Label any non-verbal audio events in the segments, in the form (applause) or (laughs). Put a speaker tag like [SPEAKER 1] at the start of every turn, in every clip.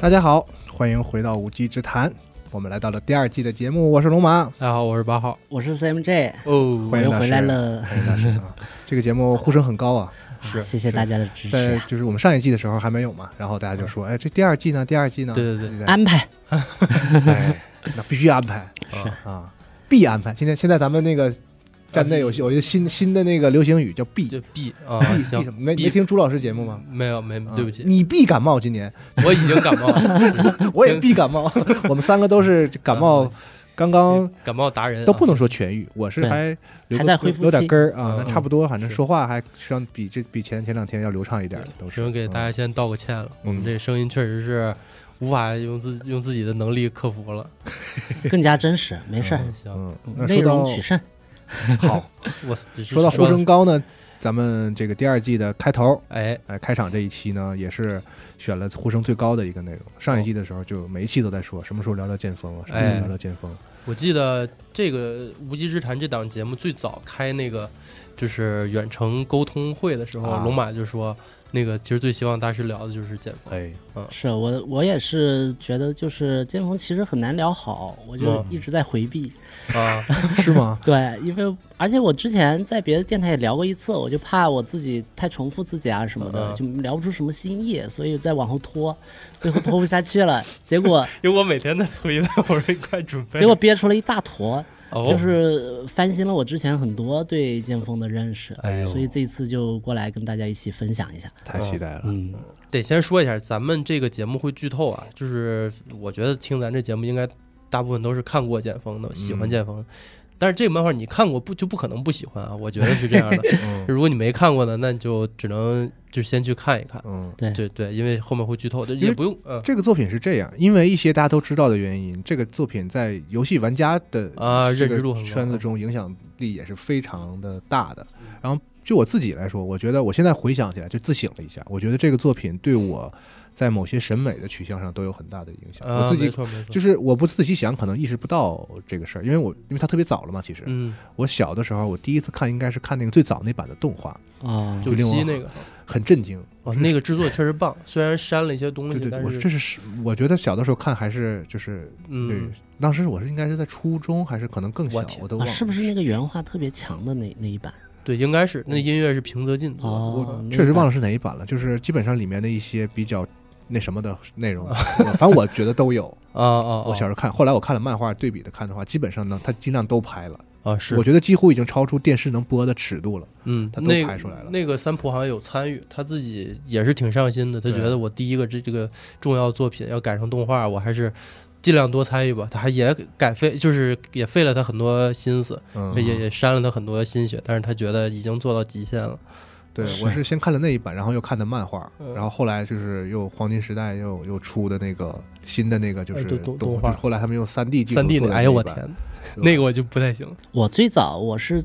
[SPEAKER 1] 大家好，欢迎回到《无稽之谈》，我们来到了第二季的节目，我是龙 (laughs) 马，
[SPEAKER 2] 大家好，我是八号。
[SPEAKER 3] 我是 CMJ，
[SPEAKER 2] 哦
[SPEAKER 3] 我
[SPEAKER 1] 欢迎
[SPEAKER 3] 又
[SPEAKER 1] 大师
[SPEAKER 3] 回来了，
[SPEAKER 1] 欢迎大师啊！这个节目呼声很高啊，是
[SPEAKER 3] (laughs) 谢谢大家的支持
[SPEAKER 1] 在
[SPEAKER 3] 啊！
[SPEAKER 1] 就是我们上一季的时候还没有嘛，然后大家就说，哎，这第二季呢？第二季呢？
[SPEAKER 2] 对对对，
[SPEAKER 3] 安排
[SPEAKER 1] 哎，那必须安排啊，必安排。现在现在咱们那个站内有有一个新新的那个流行语叫必
[SPEAKER 2] 就 B 啊，
[SPEAKER 1] 必
[SPEAKER 2] 行
[SPEAKER 1] 必什么？没
[SPEAKER 2] 必
[SPEAKER 1] 没听朱老师节目吗？
[SPEAKER 2] 没有没
[SPEAKER 1] 啊
[SPEAKER 2] 对不起，
[SPEAKER 1] 你必感冒，今年
[SPEAKER 2] 我已经感冒了， (laughs)
[SPEAKER 1] 我也必感 (laughs) 冒，我们三个都是感冒，刚刚
[SPEAKER 2] 感冒达人啊
[SPEAKER 1] 都不能说痊愈，我是
[SPEAKER 3] 对
[SPEAKER 1] 还留个
[SPEAKER 3] 还在恢复
[SPEAKER 1] 留点
[SPEAKER 3] 期
[SPEAKER 1] 根儿啊，
[SPEAKER 2] 嗯
[SPEAKER 1] 那差不多，反正说话还实际上比这比前前两天要流畅一点，都
[SPEAKER 2] 只
[SPEAKER 1] 是
[SPEAKER 2] 能给大家先道个歉了。
[SPEAKER 1] 嗯
[SPEAKER 2] 我们这声音确实是无法用自用自己的能力克服了。
[SPEAKER 3] 更加真实，没事儿，
[SPEAKER 1] 嗯
[SPEAKER 2] 行，
[SPEAKER 1] 嗯，那说
[SPEAKER 3] 内容
[SPEAKER 1] 到
[SPEAKER 3] 取胜。
[SPEAKER 1] 好，
[SPEAKER 2] (laughs) 我只
[SPEAKER 1] 嗯
[SPEAKER 2] 是
[SPEAKER 1] 说到呼声，高呢，咱们这个第二季的开头，
[SPEAKER 2] 哎，
[SPEAKER 1] 哎，开场这一期呢，也是选了呼声最高的一个内容。上一季的时候，就每一期都在说什么时候聊聊剑锋啊，什么时候
[SPEAKER 2] 哎
[SPEAKER 1] 聊聊剑锋，
[SPEAKER 2] 我记得这个《无稽之谈》这档节目最早开那个就是远程沟通会的时候，
[SPEAKER 1] 啊
[SPEAKER 2] 龙马就说。那个其实最希望大师聊的就是剑锋，
[SPEAKER 1] 哎，
[SPEAKER 3] 是我我也是觉得，就是剑锋其实很难聊好，我就
[SPEAKER 2] 嗯
[SPEAKER 3] 一直在回避。
[SPEAKER 1] (laughs)
[SPEAKER 2] 啊，
[SPEAKER 1] 是
[SPEAKER 2] (laughs)
[SPEAKER 1] 吗？
[SPEAKER 3] 对，因为而且我之前在别的电台也聊过一次，我就怕我自己太重复自己啊什么的，
[SPEAKER 2] 嗯
[SPEAKER 3] 就聊不出什么新意，所以再往后拖，最后拖不下去了， (laughs)
[SPEAKER 1] (laughs)
[SPEAKER 3] 结果
[SPEAKER 2] 因为我每天在催他，我说你快准备，
[SPEAKER 3] 结果憋出了一大坨，
[SPEAKER 2] 哦
[SPEAKER 3] 就是翻新了我之前很多对剑锋的认识，
[SPEAKER 2] 哎呦
[SPEAKER 3] 所以这次就过来跟大家一起分享一下。
[SPEAKER 1] 太期待了，
[SPEAKER 3] 嗯，
[SPEAKER 2] 得先说一下，咱们这个节目会剧透啊，就是我觉得听咱这节目应该大部分都是看过剑锋的，喜
[SPEAKER 1] 嗯
[SPEAKER 2] 欢剑锋。但是这个漫画你看过不就不可能不喜欢啊？我觉得是这样
[SPEAKER 1] (laughs)
[SPEAKER 2] 的。 (laughs)
[SPEAKER 1] 嗯
[SPEAKER 2] 如果你没看过呢，那你就只能就先去看一看。
[SPEAKER 1] 嗯。
[SPEAKER 3] 对，
[SPEAKER 2] 对对，因为后面会剧透，这
[SPEAKER 1] 因
[SPEAKER 2] 也
[SPEAKER 1] 为
[SPEAKER 2] 不用嗯
[SPEAKER 1] 这个作品是这样，因为一些大家都知道的原因，这个作品在游戏玩家的
[SPEAKER 2] 啊
[SPEAKER 1] 这个
[SPEAKER 2] 认知度很高嗯
[SPEAKER 1] 圈子中影响力也是非常的大的。然后就我自己来说，我觉得我现在回想起来，就自省了一下，我觉得这个作品对我在某些审美的取向上都有很大的影响。
[SPEAKER 2] 啊，
[SPEAKER 1] 我自己
[SPEAKER 2] 没错没错，
[SPEAKER 1] 就是我不仔细想，可能意识不到这个事儿，因为我因为它特别早了嘛。其实、
[SPEAKER 2] 嗯，
[SPEAKER 1] 我小的时候，我第一次看应该是看那个最早那版的动画，
[SPEAKER 3] 啊，
[SPEAKER 2] 九
[SPEAKER 1] 令
[SPEAKER 2] 七
[SPEAKER 1] 我
[SPEAKER 2] 那个
[SPEAKER 1] 很震惊。
[SPEAKER 2] 哦，那个制作确实棒，虽然删了一些东
[SPEAKER 1] 对
[SPEAKER 2] 西，
[SPEAKER 1] 对对，我
[SPEAKER 2] 但
[SPEAKER 1] 这是我觉得小的时候看还是就是对
[SPEAKER 2] 嗯，，
[SPEAKER 1] 当时我是应该是在初中还是可能更小
[SPEAKER 2] 我天，
[SPEAKER 1] 我都
[SPEAKER 3] 啊，
[SPEAKER 1] 忘了。
[SPEAKER 3] 是不是那个原画特别强的那那一版？
[SPEAKER 2] 对，应该是那音乐是平泽进做的。
[SPEAKER 3] 哦，
[SPEAKER 1] 确实忘
[SPEAKER 3] 了。
[SPEAKER 1] 了是哪一版了，就是基本上里面的一些比较那什么的内容，我反正我觉得
[SPEAKER 2] (laughs)
[SPEAKER 1] 都有。
[SPEAKER 2] 啊啊，啊
[SPEAKER 1] 我小时候看，后来我看了漫画对比的看的话，基本上呢，它尽量都拍了。
[SPEAKER 2] 啊是
[SPEAKER 1] 我觉得几乎已经超出电视能播的尺度了。
[SPEAKER 2] 嗯，
[SPEAKER 1] 他都
[SPEAKER 2] 那
[SPEAKER 1] 排出来了
[SPEAKER 2] 那个三浦好像有参与，他自己也是挺上心的。他
[SPEAKER 1] 对
[SPEAKER 2] 觉得我第一个这这个重要作品要改成动画，我还是尽量多参与吧。他还也改费，就是也费了他很多心思，
[SPEAKER 1] 嗯，
[SPEAKER 2] 也也删了他很多心血，但是他觉得已经做到极限了。
[SPEAKER 1] 对，
[SPEAKER 3] 是
[SPEAKER 1] 我是先看了那一版，然后又看的漫画，
[SPEAKER 2] 嗯
[SPEAKER 1] 然后后来就是又黄金时代又又出的那个新的那个就是
[SPEAKER 2] 哎对
[SPEAKER 1] 动
[SPEAKER 2] 动动画
[SPEAKER 1] 就是后来他们用三 D 技术
[SPEAKER 2] 三 D
[SPEAKER 1] 做
[SPEAKER 2] 那，
[SPEAKER 1] 的
[SPEAKER 2] 哎呦
[SPEAKER 1] 一
[SPEAKER 2] 我
[SPEAKER 1] 版
[SPEAKER 2] 天，，那个我就不太行了。
[SPEAKER 3] 我最早我是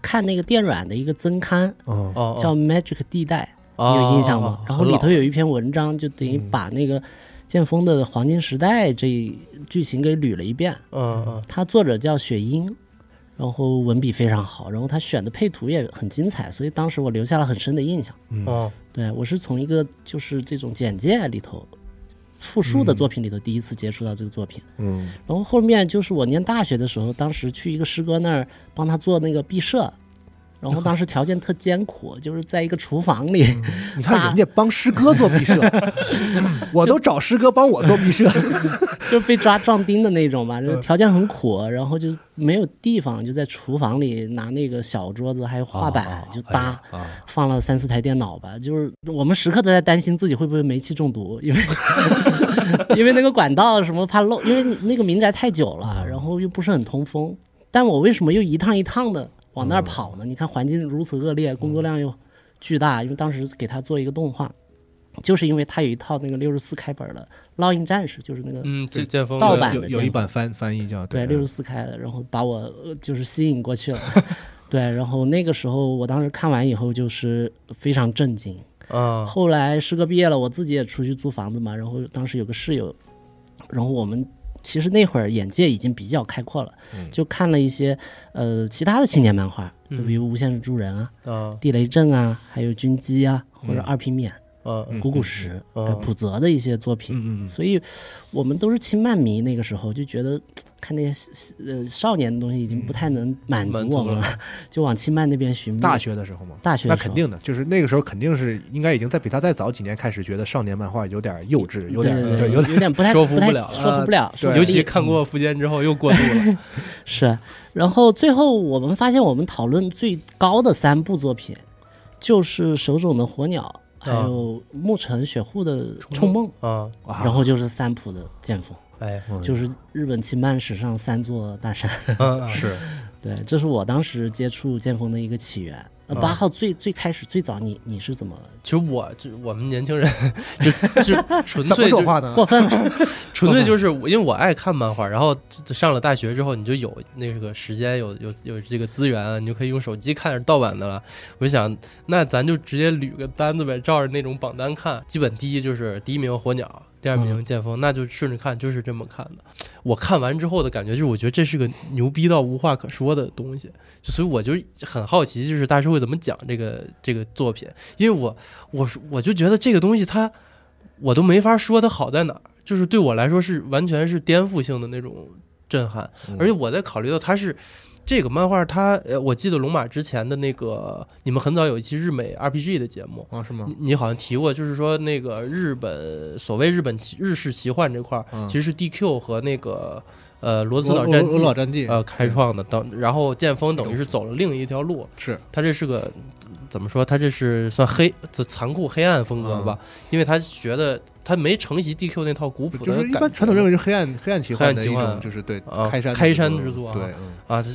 [SPEAKER 3] 看那个电软的一个增刊，
[SPEAKER 1] 嗯，
[SPEAKER 2] 哦，
[SPEAKER 3] 叫
[SPEAKER 2] 哦
[SPEAKER 3] 《Magic 地带》，你
[SPEAKER 2] 哦
[SPEAKER 3] 有印象吗
[SPEAKER 2] 哦？
[SPEAKER 3] 然后里头有一篇文章，就等于
[SPEAKER 1] 嗯
[SPEAKER 3] 把那个剑锋的黄金时代这一剧情给捋了一遍。
[SPEAKER 2] 嗯嗯，
[SPEAKER 3] 他作者叫雪英，然后文笔非常好，然后他选的配图也很精彩，所以当时我留下了很深的印象。
[SPEAKER 1] 嗯
[SPEAKER 2] 哦，
[SPEAKER 3] 对我是从一个就是这种简介里头复述的作品里头第一次接触到这个作品，
[SPEAKER 1] 嗯
[SPEAKER 3] 然后后面就是我念大学的时候，当时去一个师哥那儿帮他做那个毕设。然后当时条件特艰苦，就是在一个厨房里，
[SPEAKER 1] 你看人家帮师哥做毕设，我都找师哥帮我做毕设，
[SPEAKER 3] 就是被抓壮丁的那种嘛，就是条件很苦，然后就没有地方，就在厨房里拿那个小桌子还有画板就搭，
[SPEAKER 1] 啊，
[SPEAKER 3] 放了三四台电脑吧，就是我们时刻都在担心自己会不会煤气中毒，因为因为那个管道什么怕漏，因为你那个民宅太久了，然后又不是很通风。但我为什么又一趟一趟的往那儿跑呢？你看环境如此恶劣，工作量又巨大，因为当时给他做一个动画，就是因为他有一套那个六十四开本的《烙印战士》，就是那个
[SPEAKER 2] 嗯，这剑锋
[SPEAKER 3] 盗
[SPEAKER 2] 的
[SPEAKER 3] 版
[SPEAKER 1] 有
[SPEAKER 3] 的
[SPEAKER 1] 有一版翻翻译叫
[SPEAKER 2] 嗯
[SPEAKER 3] 对，六十四开的，然后把我呃就是吸引过去了。 (laughs) 对，然后那个时候我当时看完以后就是非常震惊。
[SPEAKER 2] 啊，
[SPEAKER 3] 后来师哥毕业了，我自己也出去租房子嘛，然后当时有个室友，然后我们其实那会儿眼界已经比较开阔了，
[SPEAKER 2] 嗯
[SPEAKER 3] 就看了一些呃其他的青年漫画，就比如《无限制助人》啊、
[SPEAKER 2] 啊
[SPEAKER 3] 地雷阵》啊，还有《军机》啊，或者《二平免》
[SPEAKER 2] 嗯嗯
[SPEAKER 3] 古谷实、
[SPEAKER 2] 嗯
[SPEAKER 3] 呃普泽的一些作品。
[SPEAKER 1] 嗯嗯
[SPEAKER 3] 所以我们都是亲漫迷，那个时候就觉得看那些呃少年的东西已经不太能满足
[SPEAKER 2] 满足
[SPEAKER 3] 我们了， (laughs) 就往亲漫那边寻
[SPEAKER 1] 嗯，
[SPEAKER 3] 觅。
[SPEAKER 1] 大学的时候嘛，
[SPEAKER 3] 大学
[SPEAKER 1] 那
[SPEAKER 3] 的时
[SPEAKER 1] 肯
[SPEAKER 3] 候
[SPEAKER 1] 定的，就是那个时候肯定是应该已经在比他再早几年开始觉得少年漫画有点幼稚，有点呃
[SPEAKER 3] 对
[SPEAKER 1] 对，有
[SPEAKER 3] 有
[SPEAKER 1] 点
[SPEAKER 3] 点不太
[SPEAKER 2] 说服
[SPEAKER 3] 不太
[SPEAKER 2] 不了
[SPEAKER 3] 说服不了，
[SPEAKER 1] 对
[SPEAKER 3] 说服
[SPEAKER 2] 尤
[SPEAKER 3] 不
[SPEAKER 2] 其
[SPEAKER 3] 了
[SPEAKER 2] 看过《福建之后又过度了，
[SPEAKER 3] 是。然后最后我们发现，我们讨论最高的三部作品，就是手冢的《火鸟》，还
[SPEAKER 2] 啊
[SPEAKER 3] 有牧城雪户的《
[SPEAKER 2] 冲
[SPEAKER 3] 冲梦》，
[SPEAKER 2] (laughs) 啊，
[SPEAKER 1] 啊
[SPEAKER 3] 然后就是三浦的《剑锋
[SPEAKER 2] 哎，》，
[SPEAKER 3] 就是日本轻漫史上三座大山。
[SPEAKER 2] 嗯是，
[SPEAKER 3] 对，这是我当时接触剑锋的一个起源。呃，
[SPEAKER 2] 啊
[SPEAKER 3] 八号最最开始最早你，你是怎么
[SPEAKER 2] 其实我就我们年轻人 (laughs)
[SPEAKER 1] (laughs)
[SPEAKER 2] 就就纯
[SPEAKER 1] 怎么
[SPEAKER 2] 粹
[SPEAKER 1] 说
[SPEAKER 2] 就
[SPEAKER 1] 话呢？
[SPEAKER 3] 过分了？
[SPEAKER 2] 纯粹就是我因为我爱看漫画，然后上了大学之后，你就有那个时间，有有有这个资源啊，你就可以用手机看着盗版的了。我就想，那咱就直接捋个单子呗，照着那种榜单看。基本第一就是第一名火鸟，第二名剑锋，那就顺着看，就是这么看的。我看完之后的感觉就是，我觉得这是个牛逼到无话可说的东西，就所以我就很好奇，就是大师会怎么讲这个这个作品，因为我我是我就觉得这个东西它我都没法说它好在哪儿，就是对我来说是完全是颠覆性的那种震撼，
[SPEAKER 1] 嗯
[SPEAKER 2] 而且我在考虑到它是。这个漫画它，呃，我记得龙马之前的那个，你们很早有一期日美 RPG 的节目，
[SPEAKER 1] 啊是吗
[SPEAKER 2] 你？你好像提过，就是说那个日本所谓日本奇日式奇幻这块儿，
[SPEAKER 1] 嗯
[SPEAKER 2] 其实是 DQ 和那个呃罗斯
[SPEAKER 1] 俄
[SPEAKER 2] 岛
[SPEAKER 1] 俄
[SPEAKER 2] 战
[SPEAKER 1] 俄
[SPEAKER 2] 记
[SPEAKER 1] 老战记
[SPEAKER 2] 呃开创的，当然后剑锋等于是走了另一条路，
[SPEAKER 1] 是
[SPEAKER 2] 他这是个怎么说？他这是算黑这残酷黑暗风格吧，
[SPEAKER 1] 啊
[SPEAKER 2] 因为他学的他没承袭 DQ 那套古朴
[SPEAKER 1] 就
[SPEAKER 2] 的
[SPEAKER 1] 是一
[SPEAKER 2] 感
[SPEAKER 1] 般
[SPEAKER 2] 觉
[SPEAKER 1] 传统认为是黑暗黑暗奇
[SPEAKER 2] 黑
[SPEAKER 1] 幻
[SPEAKER 2] 暗
[SPEAKER 1] 的
[SPEAKER 2] 奇
[SPEAKER 1] 一
[SPEAKER 2] 幻
[SPEAKER 1] 种，就是对
[SPEAKER 2] 啊
[SPEAKER 1] 开山
[SPEAKER 2] 开山
[SPEAKER 1] 作
[SPEAKER 2] 之作啊
[SPEAKER 1] 对，嗯
[SPEAKER 2] 啊，这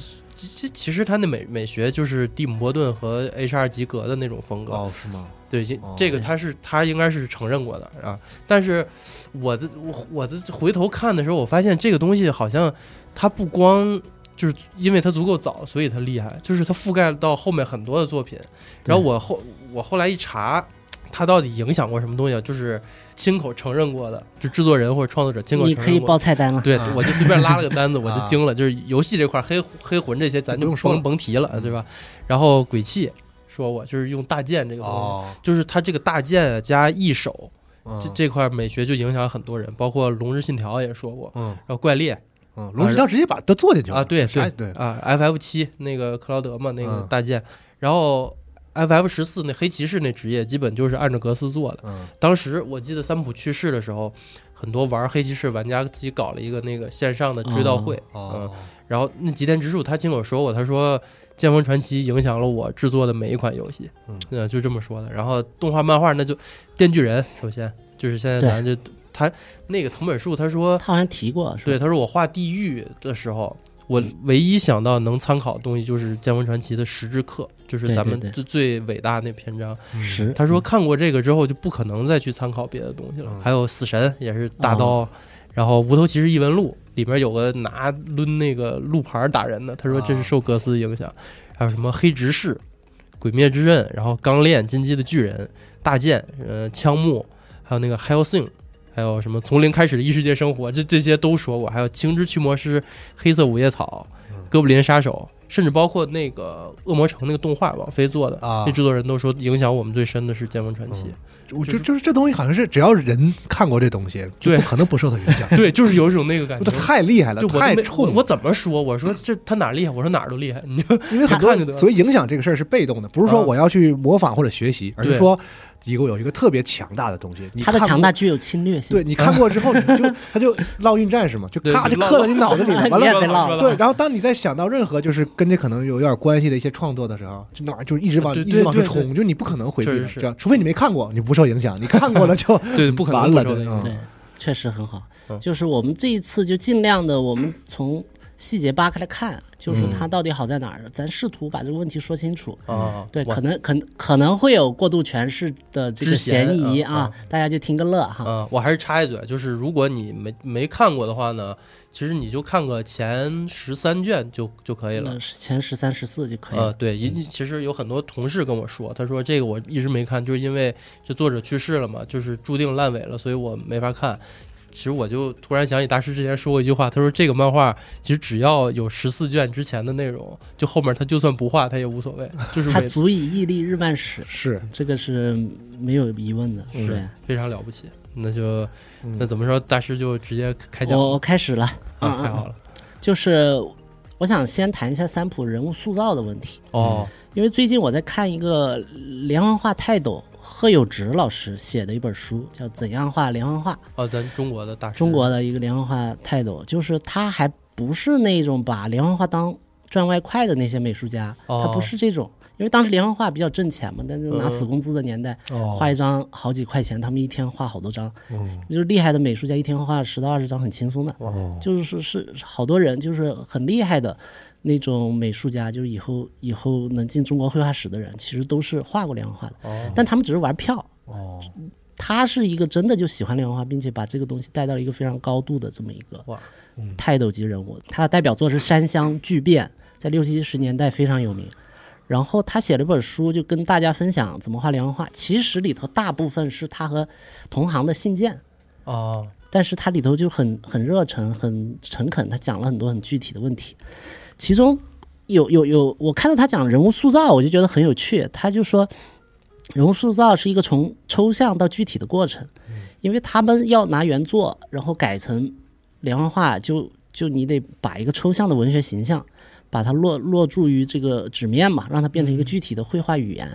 [SPEAKER 2] 这其实他那美美学就是蒂姆波顿和 H.R. 吉格的那种风格，
[SPEAKER 1] 哦是吗？
[SPEAKER 2] 对，这
[SPEAKER 1] 哦
[SPEAKER 2] 这个他是他应该是承认过的啊。但是我的我我的回头看的时候，我发现这个东西好像它不光就是因为它足够早，所以它厉害，就是它覆盖到后面很多的作品。然后我后我后来一查，它到底影响过什么东西啊，就是亲口承认过的，就制作人或者创作者亲口承
[SPEAKER 3] 你
[SPEAKER 2] 认过
[SPEAKER 3] 可以报菜单了。
[SPEAKER 2] 对
[SPEAKER 1] 啊，
[SPEAKER 2] 我就随便拉了个单
[SPEAKER 1] (laughs)
[SPEAKER 2] 子，我
[SPEAKER 1] 啊
[SPEAKER 2] 就惊了。就是游戏这块儿黑黑魂这些，咱
[SPEAKER 1] 就不
[SPEAKER 2] 就
[SPEAKER 1] 用说了嗯
[SPEAKER 2] 甭甭提了，对吧？然后鬼泣说我就是用大剑这个东西，
[SPEAKER 1] 哦，
[SPEAKER 2] 就是他这个大剑加一手，这
[SPEAKER 1] 这
[SPEAKER 2] 这块美学就影响很多人，包括《龙之信条》也说过，
[SPEAKER 1] 嗯
[SPEAKER 2] 然后怪猎
[SPEAKER 1] 嗯，龙之刀直接把都做进去了
[SPEAKER 2] 啊，对
[SPEAKER 1] 啥对
[SPEAKER 2] 对啊，F F 七那个克劳德嘛，那个
[SPEAKER 1] 嗯
[SPEAKER 2] 大剑，然后 F F 十四那黑骑士那职业基本就是按照格斯做的。
[SPEAKER 1] 嗯
[SPEAKER 2] 当时我记得三浦去世的时候，很多玩黑骑士玩家自己搞了一个那个线上的追悼会，嗯，
[SPEAKER 1] 哦
[SPEAKER 2] 然后那吉田直树他亲口说过，他说《剑锋传奇》影响了我制作的每一款游戏，
[SPEAKER 1] 嗯
[SPEAKER 2] 呃，就这么说的。然后动画漫画那就《电锯人》，首先就是现在
[SPEAKER 3] 对
[SPEAKER 2] 咱就他那个藤本树他说，
[SPEAKER 3] 他好像提过，是
[SPEAKER 2] 对，
[SPEAKER 3] 吧？
[SPEAKER 2] 他说我画地狱的时候。我
[SPEAKER 3] 嗯
[SPEAKER 2] 唯一想到能参考的东西就是《剑锋传奇》的十之课，就是
[SPEAKER 3] 对
[SPEAKER 2] 咱
[SPEAKER 3] 对
[SPEAKER 2] 们
[SPEAKER 3] 对
[SPEAKER 2] 最最伟大那篇章。
[SPEAKER 1] 嗯
[SPEAKER 3] 十，
[SPEAKER 2] 他说看过这个之后就不可能再去参考别的东西了。
[SPEAKER 1] 嗯哦
[SPEAKER 2] 还有死神也是大刀，然后无头骑士异闻录里面有个拿抡那个路牌打人的，他说这
[SPEAKER 1] 哦
[SPEAKER 2] 是受格斯影响。还有什么黑执事、鬼灭之刃，然后钢炼、金鸡的巨人、大剑、呃枪木，还有那个 Hellsing。还有什么从零开始的异世界生活，这这些都说过。还有青之驱魔师、黑色五叶草
[SPEAKER 1] 嗯、
[SPEAKER 2] 哥布林杀手，甚至包括那个恶魔城那个动画，网飞做的，
[SPEAKER 1] 啊
[SPEAKER 2] 那制作人都说影响我们最深的是《剑锋传奇》
[SPEAKER 1] 我
[SPEAKER 2] 就
[SPEAKER 1] 就是就是这东西好像是只要人看过这东西，就
[SPEAKER 2] 对
[SPEAKER 1] 不可能不受它影
[SPEAKER 2] (laughs)
[SPEAKER 1] 响。
[SPEAKER 2] (laughs) 对，就是有一种那个感
[SPEAKER 1] 这
[SPEAKER 2] 觉。
[SPEAKER 1] 太厉害了，
[SPEAKER 2] 就我
[SPEAKER 1] 太
[SPEAKER 2] 都没
[SPEAKER 1] 冲
[SPEAKER 2] 我
[SPEAKER 1] 了！
[SPEAKER 2] 我怎么说？我说这他哪儿厉害？我说哪儿都厉害。你就
[SPEAKER 1] 因为很
[SPEAKER 2] 看就得
[SPEAKER 1] 多，
[SPEAKER 2] 了
[SPEAKER 1] 所以影响这个事儿是被动的，不是说
[SPEAKER 2] 啊
[SPEAKER 1] 我要去模仿或者学习，而是
[SPEAKER 2] 对
[SPEAKER 1] 说一个有一个特别强大的东西，你
[SPEAKER 3] 他的
[SPEAKER 1] 看过
[SPEAKER 3] 强大。具有侵略性。
[SPEAKER 1] 对，你看过之后，你
[SPEAKER 2] (laughs)
[SPEAKER 1] 就他就烙印战士嘛，就
[SPEAKER 2] 对
[SPEAKER 1] 咔
[SPEAKER 2] (laughs) 你
[SPEAKER 1] 就
[SPEAKER 2] 烙
[SPEAKER 1] 刻到你脑子里了。完
[SPEAKER 3] 你也
[SPEAKER 1] 了，
[SPEAKER 3] 被
[SPEAKER 2] 说
[SPEAKER 3] 烙
[SPEAKER 2] 了
[SPEAKER 1] 对，然后当你在想到任何就是跟这可能有点关系的一些创作的时候，就那玩意儿就一直往
[SPEAKER 2] 对
[SPEAKER 1] 一
[SPEAKER 2] 对
[SPEAKER 1] 直往出
[SPEAKER 2] 对
[SPEAKER 1] 冲，
[SPEAKER 2] 对
[SPEAKER 1] 就你不可能回避
[SPEAKER 2] 确
[SPEAKER 1] 的，
[SPEAKER 2] 实是
[SPEAKER 1] 这样除非你没看过，你不受影响；你看过了就
[SPEAKER 2] (laughs) 对，不可能
[SPEAKER 1] 完
[SPEAKER 2] 不
[SPEAKER 1] 了，
[SPEAKER 2] 受
[SPEAKER 1] 对
[SPEAKER 2] 那个啊
[SPEAKER 1] 嗯
[SPEAKER 3] 对，确实很好
[SPEAKER 2] 嗯。
[SPEAKER 3] 就是我们这一次就尽量的，我们从细节扒开来看，
[SPEAKER 2] 嗯
[SPEAKER 3] 就是它到底好在哪儿，咱试图把这个问题说清楚。
[SPEAKER 2] 啊，
[SPEAKER 3] 嗯对，
[SPEAKER 2] 我
[SPEAKER 3] 可能可能可能会有过度诠释的这个
[SPEAKER 2] 之嫌
[SPEAKER 3] 嫌疑
[SPEAKER 2] 嗯
[SPEAKER 3] 啊，大家就听个乐哈。
[SPEAKER 2] 嗯，我还是插一嘴，就是如果你没没看过的话呢，其实你就看个前十三卷就就可以了
[SPEAKER 3] 那。前十三、十四就可以嗯
[SPEAKER 2] 呃，
[SPEAKER 3] 了。
[SPEAKER 2] 对，一其实有很多同事跟我说，他说这个我一直没看，就是因为这作者去世了嘛，就是注定烂尾了，所以我没法看。其实我就突然想起大师之前说过一句话，他说这个漫画其实只要有十四卷之前的内容，就后面他就算不画他也无所
[SPEAKER 3] (laughs)
[SPEAKER 2] 谓，就是
[SPEAKER 3] 它
[SPEAKER 2] 每
[SPEAKER 3] 足以屹立日漫史，
[SPEAKER 1] 是，
[SPEAKER 3] 这个是没有疑问的。
[SPEAKER 1] 嗯
[SPEAKER 3] 对，
[SPEAKER 2] 非常了不起。那就
[SPEAKER 1] 嗯
[SPEAKER 2] 那怎么说，大师就直接开讲
[SPEAKER 3] 我我
[SPEAKER 2] 了，
[SPEAKER 3] 开始了，
[SPEAKER 2] 啊
[SPEAKER 3] 哦嗯嗯
[SPEAKER 2] 太好了
[SPEAKER 3] 就是我想先谈一下三浦人物塑造的问题，
[SPEAKER 2] 哦，
[SPEAKER 3] 因为最近我在看一个连环画泰斗贺友直老师写的一本书，叫《怎样画连环画》。
[SPEAKER 2] 哦，咱中国的大师，
[SPEAKER 3] 中国的一个连环画泰斗，就是他还不是那种把连环画当赚外快的那些美术家，
[SPEAKER 2] 哦嗯
[SPEAKER 3] 他不是这种，因为当时连环画比较挣钱嘛，但是拿死工资的年代，
[SPEAKER 1] 哦
[SPEAKER 3] 画一张好几块钱，他们一天画好多张，
[SPEAKER 1] 嗯
[SPEAKER 3] 就是厉害的美术家一天画十到二十张很轻松的，
[SPEAKER 1] 哦，
[SPEAKER 3] 就是说是好多人就是很厉害的。那种美术家，就是以后以后能进中国绘画史的人，其实都是画过连环画的，
[SPEAKER 2] 哦
[SPEAKER 3] 但他们只是玩票，
[SPEAKER 1] 哦，
[SPEAKER 3] 他是一个真的就喜欢连环画，并且把这个东西带到一个非常高度的这么一个
[SPEAKER 2] 哇
[SPEAKER 1] 嗯
[SPEAKER 3] 泰斗级人物。他的代表作是《山乡巨变》，在六七十年代非常有名。然后他写了一本书，就跟大家分享怎么画连环画。其实里头大部分是他和同行的信件，
[SPEAKER 2] 哦
[SPEAKER 3] 但是它里头就很很热忱、很诚恳，他讲了很多很具体的问题，其中有有有，我看到他讲人物塑造，我就觉得很有趣。他就说，人物塑造是一个从抽象到具体的过程，因为他们要拿原作，然后改成连环画，就就你得把一个抽象的文学形象，把它落落注于这个纸面嘛，让它变成一个具体的绘画语言。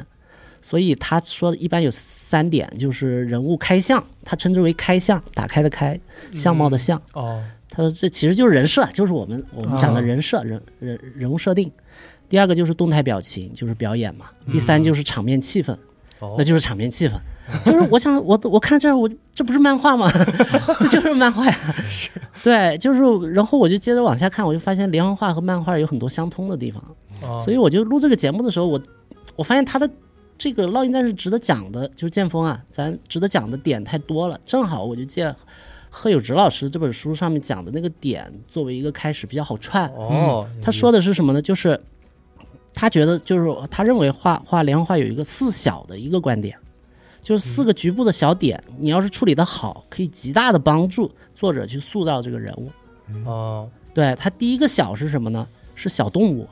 [SPEAKER 3] 所以他说一般有三点，就是人物开相，他称之为开相，打开的开，相貌的相。
[SPEAKER 2] 哦
[SPEAKER 3] 他说这其实就是人设，就是我们我们讲的人设、人人人物设定。第二个就是动态表情，就是表演嘛。第三就是场面气氛，
[SPEAKER 2] 哦，
[SPEAKER 3] 那就是场面气氛。就是我想，我我看这儿，我这不是漫画吗？这就是漫画呀。对，就是，然后我就接着往下看，我就发现连环画和漫画有很多相通的地方。所
[SPEAKER 2] 以
[SPEAKER 3] 以我就录这个节目的时候，我我发现他的这个《烙印战士》值得讲的，就是剑锋啊，咱值得讲的点太多了。正好我就借贺友直老师这本书上面讲的那个点作为一个开始，比较好串。
[SPEAKER 2] 哦，
[SPEAKER 3] 啊嗯他说的是什么呢？就是他觉得，就是他认为画画连环画有一个四小的一个观点，就是四个局部的小点，你要是处理得好，可以极大的帮助作者去塑造这个人物。
[SPEAKER 2] 哦，
[SPEAKER 3] 对他第一个小是什么呢？是小动物，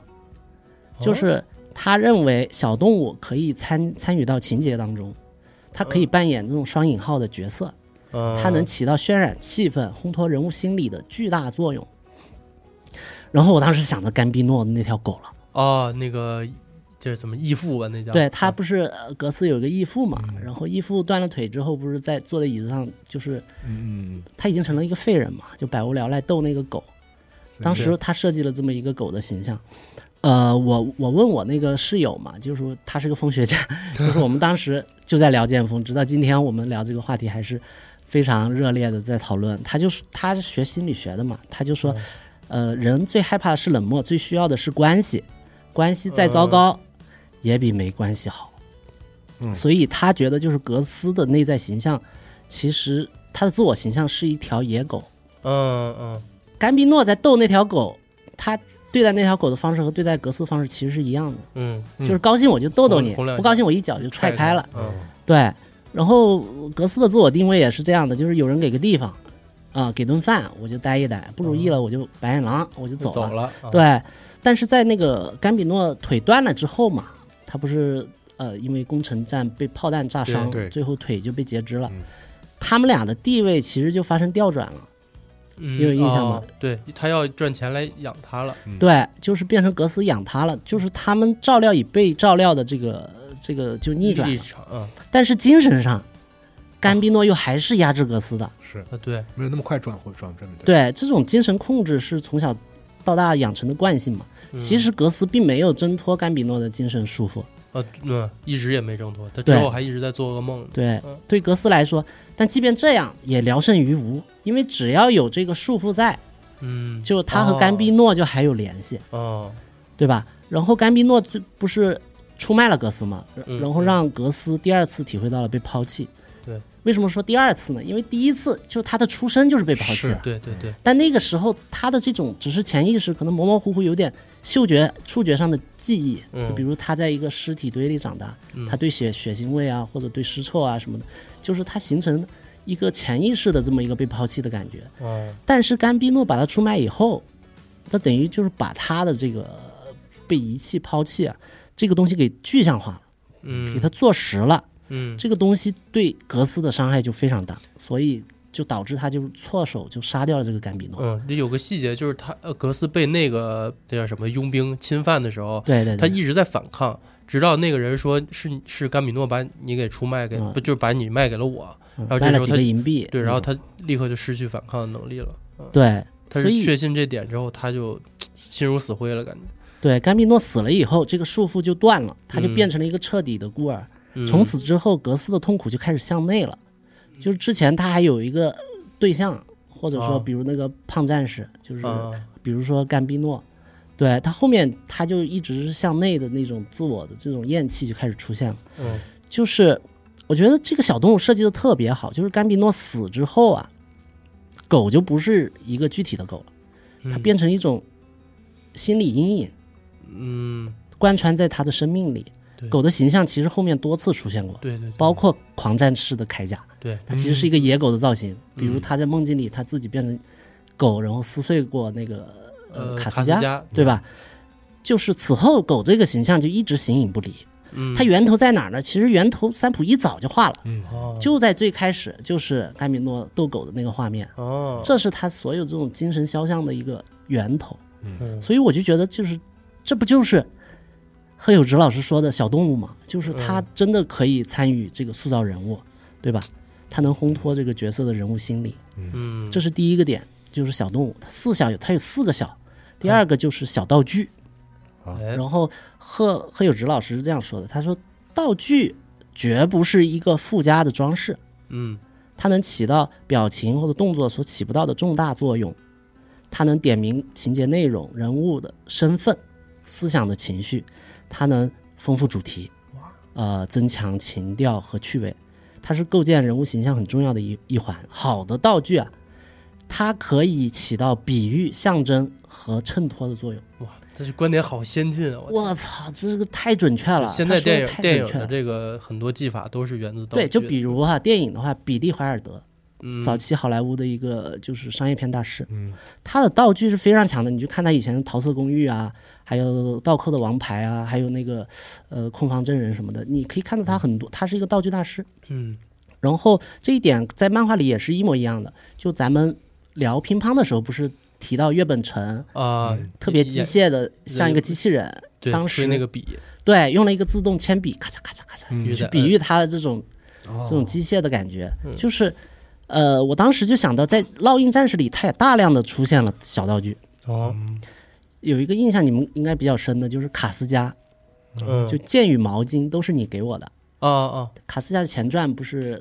[SPEAKER 3] 就是他认为小动物可以参参与到情节当中，它可以扮演这种双引号的角色，
[SPEAKER 2] 嗯
[SPEAKER 3] 它能起到渲染气氛、烘托人物心理的巨大作用。然后我当时想到甘比诺的那条狗了，
[SPEAKER 2] 哦，那个就是怎么义父吧，那叫啊
[SPEAKER 3] 对他不是呃格斯有一个义父嘛，然后义父断了腿之后，不是在坐在椅子上，就是
[SPEAKER 1] 嗯嗯
[SPEAKER 3] 他已经成了一个废人嘛，就百无聊赖逗那个狗。当时他设计了这么一个狗的形象。呃，我我问我那个室友嘛，就是说他是个风学家， (laughs) 就是我们当时就在聊剑锋，直到今天我们聊这个话题还是非常热烈的在讨论。他就是他是学心理学的嘛，他就说，呃，人最害怕的是冷漠，最需要的是关系，关系再糟糕、也比没关系好。
[SPEAKER 1] 嗯
[SPEAKER 3] 所以他觉得就是格斯的内在形象，其实他的自我形象是一条野狗，
[SPEAKER 2] 嗯嗯
[SPEAKER 3] 甘比诺在逗那条狗，他对待那条狗的方式和对待格斯的方式其实是一样的，
[SPEAKER 2] 嗯，
[SPEAKER 1] 嗯
[SPEAKER 3] 就是高兴我就逗逗你，
[SPEAKER 2] 哄哄两下
[SPEAKER 3] 不高兴我一脚就踹开了。
[SPEAKER 2] 嗯
[SPEAKER 3] 对，然后呃格斯的自我定位也是这样的，就是有人给个地方，啊、给顿饭我就待一待，不如意了我就白眼狼，我就走
[SPEAKER 2] 走了，啊
[SPEAKER 3] 对，但是在那个甘比诺腿断了之后嘛，他不是呃因为攻城战被炮弹炸伤
[SPEAKER 1] 对对，
[SPEAKER 3] 最后腿就被截肢了。
[SPEAKER 1] 嗯
[SPEAKER 3] 他们俩的地位其实就发生调转了。
[SPEAKER 2] 嗯
[SPEAKER 3] 你有印象吗
[SPEAKER 2] 哦对他要赚钱来养他了，
[SPEAKER 3] 对，就是变成格斯养他了，就是他们照料已被照料的这个这个就逆转
[SPEAKER 2] 立
[SPEAKER 3] 了，
[SPEAKER 2] 场，嗯
[SPEAKER 3] 但是精神上，甘比诺又还是压制格斯的。
[SPEAKER 1] 是
[SPEAKER 2] 啊对，
[SPEAKER 1] 没有那么快转回转正对，
[SPEAKER 3] 对，这种精神控制是从小到大养成的惯性嘛。
[SPEAKER 2] 嗯
[SPEAKER 3] 其实格斯并没有挣脱甘比诺的精神束缚，
[SPEAKER 2] 啊嗯一直也没挣脱，他之
[SPEAKER 3] 对
[SPEAKER 2] 后还一直在做噩梦呢，
[SPEAKER 3] 对
[SPEAKER 2] 嗯，
[SPEAKER 3] 对格斯来说，但即便这样也聊胜于无，因为只要有这个束缚在，
[SPEAKER 2] 嗯
[SPEAKER 3] 就他和甘比诺就还有联系。
[SPEAKER 2] 哦
[SPEAKER 3] 对吧？然后甘比诺最不是出卖了格斯嘛，
[SPEAKER 2] 嗯
[SPEAKER 3] 然后让格斯第二次体会到了被抛弃。
[SPEAKER 2] 对，
[SPEAKER 3] 为什么说第二次呢？因为第一次就是他的出生就是被抛弃
[SPEAKER 1] 是
[SPEAKER 3] 了，
[SPEAKER 2] 对对对
[SPEAKER 3] 但那个时候他的这种只是潜意识，可能模模糊糊有点嗅觉、触觉上的记忆，
[SPEAKER 2] 嗯
[SPEAKER 3] 就比如他在一个尸体堆里长大，
[SPEAKER 2] 嗯
[SPEAKER 3] 他对血血腥味啊，或者对尸臭啊什么的，就是他形成一个潜意识的这么一个被抛弃的感觉。
[SPEAKER 2] 哦，
[SPEAKER 3] 但是甘比诺把它出卖以后，他等于就是把他的这个被遗弃、抛弃啊，这个东西给具象化了，
[SPEAKER 2] 嗯，
[SPEAKER 3] 给它坐实了。
[SPEAKER 2] 嗯，
[SPEAKER 3] 这个东西对格斯的伤害就非常大，所以就导致他就错手就杀掉了这个甘比诺。
[SPEAKER 2] 嗯，这有个细节就是他呃格斯被那个那叫什么佣兵侵犯的时候，
[SPEAKER 3] 对对
[SPEAKER 2] 他
[SPEAKER 3] 对，
[SPEAKER 2] 一直在反抗，直到那个人说是是甘比诺把你给出卖给，
[SPEAKER 3] 嗯
[SPEAKER 2] 不就是把你卖给了我，
[SPEAKER 3] 嗯
[SPEAKER 2] 然后这
[SPEAKER 3] 卖
[SPEAKER 2] 时
[SPEAKER 3] 了
[SPEAKER 2] 候
[SPEAKER 3] 几
[SPEAKER 2] 他
[SPEAKER 3] 个银币，
[SPEAKER 2] 对，然后
[SPEAKER 3] 嗯
[SPEAKER 2] 他立刻就失去反抗的能力了。嗯，
[SPEAKER 3] 对，
[SPEAKER 2] 他
[SPEAKER 3] 所
[SPEAKER 2] 是
[SPEAKER 3] 以
[SPEAKER 2] 确信这点之后，他就心如死灰了，感觉。
[SPEAKER 3] 对甘比诺死了以后，这个束缚就断了，他就
[SPEAKER 2] 嗯
[SPEAKER 3] 变成了一个彻底的孤儿。
[SPEAKER 2] 嗯、
[SPEAKER 3] 从此之后，格斯的痛苦就开始向内了，就是之前他还有一个对象，或者
[SPEAKER 2] 啊
[SPEAKER 3] 说比如那个胖战士，就是
[SPEAKER 2] 啊，
[SPEAKER 3] 比如说甘比诺，对他后面他就一直是向内的那种自我的这种厌弃就开始出现了。
[SPEAKER 2] 嗯
[SPEAKER 3] 就是我觉得这个小动物设计的特别好，就是甘比诺死之后啊，狗就不是一个具体的狗了，
[SPEAKER 2] 嗯，
[SPEAKER 3] 它变成一种心理阴影，
[SPEAKER 2] 嗯，
[SPEAKER 3] 贯穿在它的生命里
[SPEAKER 2] 对。
[SPEAKER 3] 狗的形象其实后面多次出现过，
[SPEAKER 2] 对对，对
[SPEAKER 3] 包括狂战士的铠甲，
[SPEAKER 2] 对，
[SPEAKER 3] 它其实是一个野狗的造型。比如
[SPEAKER 2] 嗯
[SPEAKER 3] 它在梦境里，它自己变成狗，然后撕碎过那个
[SPEAKER 2] 呃
[SPEAKER 3] 卡
[SPEAKER 2] 斯
[SPEAKER 3] 斯加，
[SPEAKER 2] 加
[SPEAKER 3] 对？吧？就是此后狗这个形象就一直形影不离。
[SPEAKER 2] 嗯，
[SPEAKER 3] 它源头在哪儿呢？其实源头三浦一早就画了。
[SPEAKER 1] 嗯，
[SPEAKER 2] 哦
[SPEAKER 3] 就在最开始，就是甘比诺斗狗的那个画面，
[SPEAKER 2] 哦，
[SPEAKER 3] 这是他所有这种精神肖像的一个源头。
[SPEAKER 2] 嗯
[SPEAKER 3] 所以我就觉得，就是这不就是贺友直老师说的小动物嘛？就是他
[SPEAKER 2] 嗯
[SPEAKER 3] 真的可以参与这个塑造人物，对吧？他能烘托这个角色的人物心理，
[SPEAKER 2] 嗯，
[SPEAKER 3] 这是第一个点，就是小动物。它四小有，它有四个小。第二个就是小道具，
[SPEAKER 2] 哎
[SPEAKER 3] 然后贺贺友直老师是这样说的，他说道具绝不是一个附加的装饰，
[SPEAKER 2] 嗯
[SPEAKER 3] 它能起到表情或者动作所起不到的重大作用，它能点明情节内容、人物的身份、思想的情绪，它能丰富主题，呃，增强情调和趣味，它是构建人物形象很重要的一一环。好的道具啊，它可以起到比喻、象征和衬托的作用。
[SPEAKER 2] 哇，这是观点好先进啊！我
[SPEAKER 3] 我操，这个太准确了！
[SPEAKER 2] 现在
[SPEAKER 3] 他说
[SPEAKER 2] 电
[SPEAKER 3] 得
[SPEAKER 2] 影
[SPEAKER 3] 太
[SPEAKER 2] 电
[SPEAKER 3] 准
[SPEAKER 2] 影
[SPEAKER 3] 确
[SPEAKER 2] 的
[SPEAKER 3] 了。
[SPEAKER 2] 这个很多技法都是源自道
[SPEAKER 3] 对，
[SPEAKER 2] 具
[SPEAKER 3] 就
[SPEAKER 2] 的
[SPEAKER 3] 比如哈、电影的话，比利怀尔德，
[SPEAKER 2] 嗯
[SPEAKER 3] 早期好莱坞的一个就是商业片大师，
[SPEAKER 1] 嗯，
[SPEAKER 3] 他的道具是非常强的。你就看他以前的《桃色公寓》啊，还有《倒扣的王牌》啊，还有那个呃《控方证人》什么的，你可以看到他很多，他是一个道具大师。
[SPEAKER 2] 嗯
[SPEAKER 3] 然后这一点在漫画里也是一模一样的。就咱们聊乒乓的时候，不是提到岳本成
[SPEAKER 2] 啊，
[SPEAKER 3] 特别机
[SPEAKER 2] 也
[SPEAKER 3] 械的，像一个机器人，
[SPEAKER 2] 对
[SPEAKER 3] 当
[SPEAKER 2] 吹
[SPEAKER 3] 时
[SPEAKER 2] 那个笔
[SPEAKER 3] 对，用了一个自动铅笔，咔嚓咔嚓咔嚓，
[SPEAKER 2] 比喻
[SPEAKER 3] 去
[SPEAKER 2] 的
[SPEAKER 3] 比喻他的这种
[SPEAKER 2] 哦
[SPEAKER 1] 这
[SPEAKER 3] 这种机械的感觉，
[SPEAKER 2] 嗯
[SPEAKER 3] 就是，呃，我当时就想到，在《烙印战士》里，它也大量的出现了小道具。
[SPEAKER 2] 哦，
[SPEAKER 3] 有一个印象你们应该比较深的，就是卡斯加，
[SPEAKER 2] 嗯，
[SPEAKER 3] 就剑与毛巾都是你给我的。
[SPEAKER 2] 啊啊，
[SPEAKER 3] 卡斯加的前传不是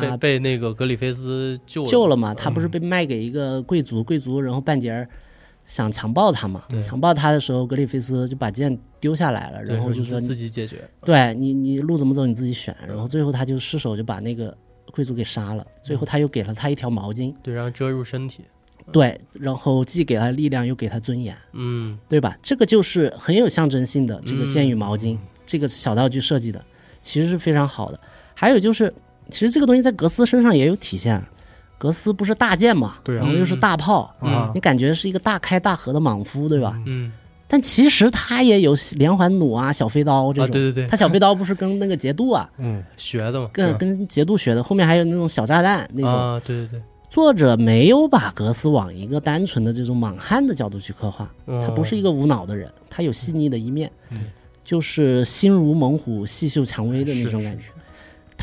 [SPEAKER 2] 被
[SPEAKER 3] 他
[SPEAKER 2] 被那个格里菲斯救
[SPEAKER 3] 啊救
[SPEAKER 2] 了嗯
[SPEAKER 3] 了嘛？他不是被卖给一个贵族，贵族然后半截儿想强暴他嘛
[SPEAKER 2] 对？
[SPEAKER 3] 强暴他的时候，格里菲斯就把剑丢下来了，
[SPEAKER 2] 对，
[SPEAKER 3] 然后就
[SPEAKER 2] 你
[SPEAKER 3] 说
[SPEAKER 2] 自己解决，
[SPEAKER 3] 对你，你路怎么走你自己选。然后最后他就失手就把那个贵族给杀了，最
[SPEAKER 2] 嗯
[SPEAKER 3] 后他又给了他一条毛巾，
[SPEAKER 2] 对，然后遮住身体，
[SPEAKER 3] 对，然后既给他力量又给他尊严，
[SPEAKER 2] 嗯
[SPEAKER 3] 对吧？这个就是很有象征性的这个
[SPEAKER 2] 嗯
[SPEAKER 3] 剑与毛巾、这个小道具设计的，其实是非常好的。还有就是，其实这个东西在格斯身上也有体现。格斯不是大剑嘛，
[SPEAKER 1] 对啊
[SPEAKER 3] 然后又是大炮，
[SPEAKER 1] 啊
[SPEAKER 3] 你感觉是一个大开大合的莽夫，对吧？
[SPEAKER 2] 嗯
[SPEAKER 3] 但其实他也有连环弩啊、小飞刀这
[SPEAKER 2] 啊，
[SPEAKER 3] 种。
[SPEAKER 2] 对对对
[SPEAKER 3] 他，小飞刀不是跟那个节度啊，
[SPEAKER 1] 嗯
[SPEAKER 2] 学的嘛，
[SPEAKER 3] 跟跟节度学的，后面还有那种小炸弹那
[SPEAKER 2] 对
[SPEAKER 3] 种。
[SPEAKER 2] 啊，对对对，
[SPEAKER 3] 作者没有把格斯往一个单纯的这种莽汉的角度去刻画，他不是一
[SPEAKER 2] 个
[SPEAKER 3] 个无脑的人，他有细腻的一面，
[SPEAKER 1] 嗯
[SPEAKER 3] 就是心如猛虎，细嗅蔷薇的那种感觉。